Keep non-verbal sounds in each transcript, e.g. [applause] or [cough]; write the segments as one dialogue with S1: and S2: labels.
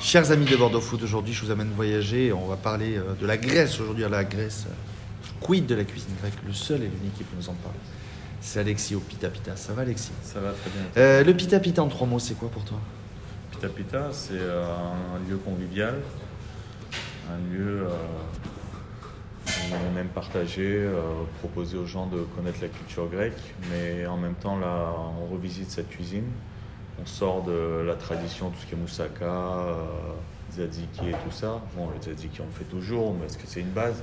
S1: Chers amis de Bordeaux Foot, aujourd'hui je vous amène voyager. On va parler euh, de la Grèce aujourd'hui, à la Grèce. euh, Quid de la cuisine grecque Le seul et l'unique qui peut nous en parler, c'est Alexis au Pita Pita. Ça va Alexis
S2: Ça va très bien.
S1: Euh, Le Pita Pita en trois mots, c'est quoi pour toi
S2: Pita Pita, c'est euh, un lieu convivial, un lieu euh, où on aime partager, euh, proposer aux gens de connaître la culture grecque, mais en même temps, là, on revisite cette cuisine. On sort de la tradition, tout ce qui est moussaka, euh, tzatziki et tout ça. Bon, le tzatziki, on le fait toujours parce que c'est une base,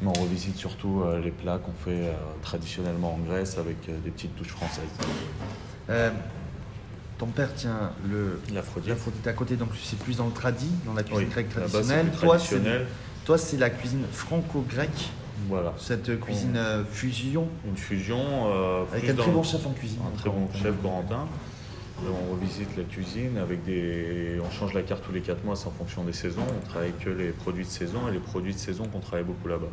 S2: mais on revisite surtout euh, les plats qu'on fait euh, traditionnellement en Grèce avec euh, des petites touches françaises.
S1: Euh, Ton père tient le.
S2: L'aphrodite.
S1: L'Aphrodite à côté, donc c'est plus dans le tradi, dans la cuisine
S2: Oui,
S1: grecque
S2: là-bas, c'est
S1: traditionnelle.
S2: plus
S1: Toi, c'est-
S2: traditionnel.
S1: Toi, c'est la cuisine franco-grecque,
S2: Voilà.
S1: cette cuisine euh, fusion,
S2: Une fusion. euh,
S1: avec
S2: plus
S1: un très
S2: Oh. dans-
S1: bon chef en cuisine.
S2: Un très bon chef Corentin. Et On revisite la cuisine avec des. On change la carte tous les 4 mois, c'est en fonction des saisons. On travaille que les produits de saison et les produits de saison qu'on travaille beaucoup là-bas.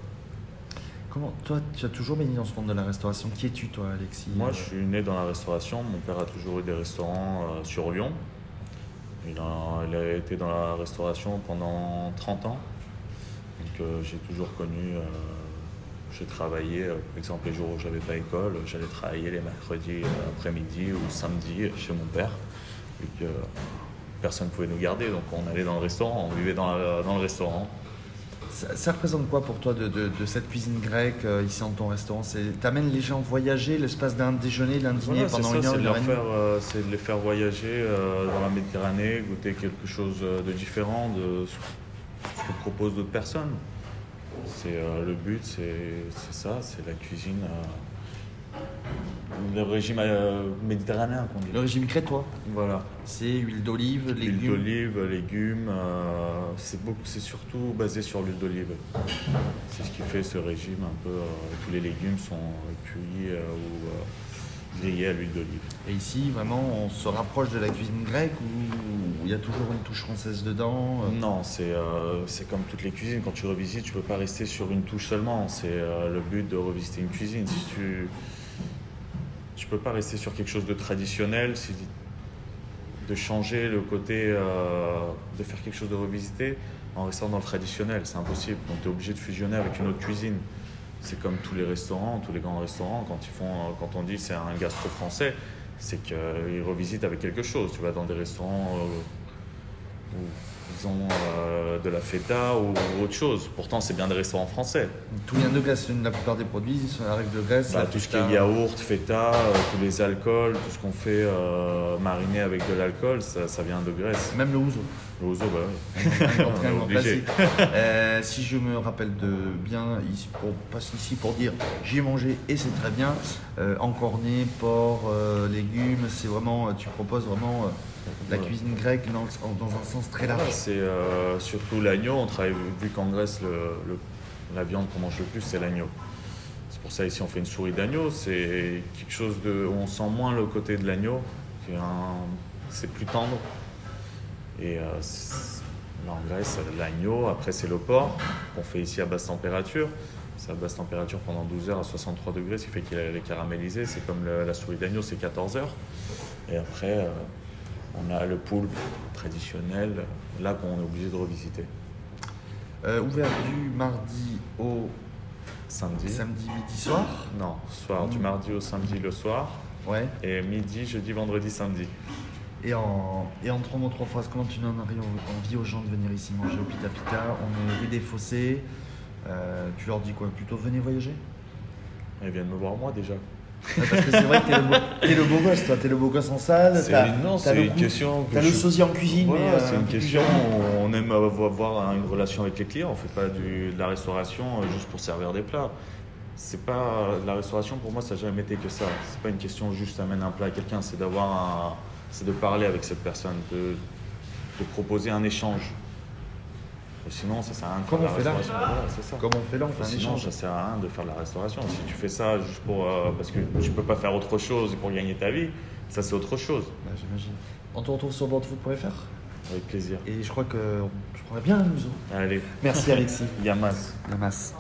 S1: Comment, toi, tu as toujours baigné dans ce monde de la restauration. Qui es-tu, toi, Alexis
S2: Moi, je suis né dans la restauration. Mon père a toujours eu des restaurants euh, sur Lyon. Il a, il a été dans la restauration pendant 30 ans. Donc, euh, j'ai toujours connu. euh, j'ai travaillé, euh, par exemple, les jours où j'avais pas école, j'allais travailler les mercredis euh, après-midi ou samedi chez mon père, vu que personne ne pouvait nous garder. Donc, on allait dans le restaurant, on vivait dans, la- dans le restaurant.
S1: Ça, ça représente quoi pour toi de, de- de cette cuisine grecque euh, ici dans ton restaurant C'est- T'amènes les gens voyager l'espace d'un déjeuner, d'un dîner
S2: Voilà, c'est
S1: pendant
S2: ça,
S1: une heure,
S2: c'est de
S1: une
S2: leur
S1: heure et demie.
S2: faire, euh, c'est de les faire voyager euh, dans la Méditerranée, goûter quelque chose euh, de différent de ce ce que proposent d'autres personnes. C'est euh, le but, c'est c'est ça, c'est la cuisine, euh, le régime euh, méditerranéen qu'on dit.
S1: Le régime crétois,
S2: Voilà,
S1: c'est huile d'olive,
S2: l'huile
S1: légumes.
S2: d'olive, légumes, euh, c'est beaucoup, c'est surtout basé sur l'huile d'olive. C'est ce qui fait ce régime un peu. euh, tous les légumes sont euh, cuits euh, ou euh, grillés à l'huile d'olive.
S1: Et ici, vraiment, on se rapproche de la cuisine grecque où il y a toujours une touche française dedans. euh.
S2: Non, c'est euh, c'est comme toutes les cuisines. Quand tu revisites, tu peux pas rester sur une touche seulement. C'est euh, le but de revisiter une cuisine. Si tu tu peux pas rester sur quelque chose de traditionnel, si- de changer le côté, euh, de faire quelque chose de revisité en restant dans le traditionnel, c'est impossible. Donc tu es obligé de fusionner avec une autre cuisine. C'est comme tous les restaurants, tous les grands restaurants, quand, ils font, euh, quand on dit c'est un gastro français, c'est qu'ils revisitent avec quelque chose. Tu vas dans des restaurants euh, où ils ont euh, de la feta ou autre chose. Pourtant, c'est bien des restaurants français.
S1: Tout vient de Grèce. La plupart des produits arrivent de Grèce.
S2: Bah,
S1: la
S2: tout ce qui
S1: feta.
S2: est yaourt, feta, euh, tous les alcools, tout ce qu'on fait euh, mariner avec de l'alcool, ça, ça vient de Grèce.
S1: Même le ouzo.
S2: Le ouzo, bah oui.
S1: Quand même,
S2: est
S1: en
S2: obligé.
S1: classique. Euh, si je me rappelle de bien, ici pour, passe ici pour dire j'ai mangé et c'est très bien. Euh, encorné, porc, euh, légumes, c'est vraiment, euh, tu proposes vraiment euh, la
S2: Voilà.
S1: cuisine grecque dans, le- en- dans un sens très large.
S2: Voilà, c'est euh, surtout l'agneau. On travaille vu qu'en Grèce, le- le- la viande qu'on mange le plus, c'est l'agneau. C'est pour ça ici, on fait une souris d'agneau. C'est quelque chose de, on sent moins le côté de l'agneau. C'est un- C'est plus tendre. Et euh, c'est- là, en Grèce, l'agneau. Après, c'est le porc qu'on fait ici à basse température. C'est à basse température pendant 12 heures à 63 degrés, ce qui fait qu'il est caramélisé. C'est comme le- la souris d'agneau, c'est 14 heures. Et après, euh, on a le poulpe traditionnel, là qu'on est obligé de revisiter.
S1: Euh, ouvert du mardi au
S2: Samedi
S1: samedi midi soir.
S2: Non, soir, du mardi au samedi le soir,
S1: Ouais.
S2: et midi, jeudi, vendredi, samedi.
S1: Et en, et en trois mots, trois phrases, comment tu donnes envie, envie aux gens de venir ici manger au Pita Pita On est rue des Fossés. Euh, tu leur dis quoi Plutôt venez voyager
S2: Ils viennent me voir moi déjà.
S1: Ouais, Parce que c'est vrai que t'es le, beau- t'es le beau gosse, toi. T'es le beau gosse en salle.
S2: C'est
S1: Ah, t'as-
S2: une- non,
S1: t'as
S2: c'est
S1: le
S2: une
S1: coup-
S2: question que
S1: T'as le
S2: je-
S1: sosie en cuisine. mais,
S2: Voilà,
S1: euh,
S2: c'est
S1: un
S2: une
S1: peu plus
S2: question,
S1: jeune.
S2: on aime avoir avoir une relation avec les clients, on fait pas du, de la restauration euh, juste pour servir des plats. C'est pas la restauration pour moi ça n'a jamais été que ça. C'est pas une question juste amène un plat à quelqu'un, c'est d'avoir un- c'est de parler avec cette personne, de, de proposer un échange. Sinon ça sert à rien de faire
S1: Comme
S2: de la
S1: on fait là.
S2: restauration. Voilà, c'est ça.
S1: Comme on fait là, on fait un
S2: Sinon,
S1: échange.
S2: ça sert à rien de faire de la restauration. Si tu fais ça juste pour euh, parce que tu peux pas faire autre chose pour gagner ta vie, ça c'est autre chose.
S1: Ouais, J'imagine. On te retrouve sur bordefoot.fr.
S2: Avec plaisir.
S1: hein. Et je crois que je prendrais bien un museau. [laughs]
S2: Allez,
S1: Merci Alexis.
S2: Yamas.
S1: Namas.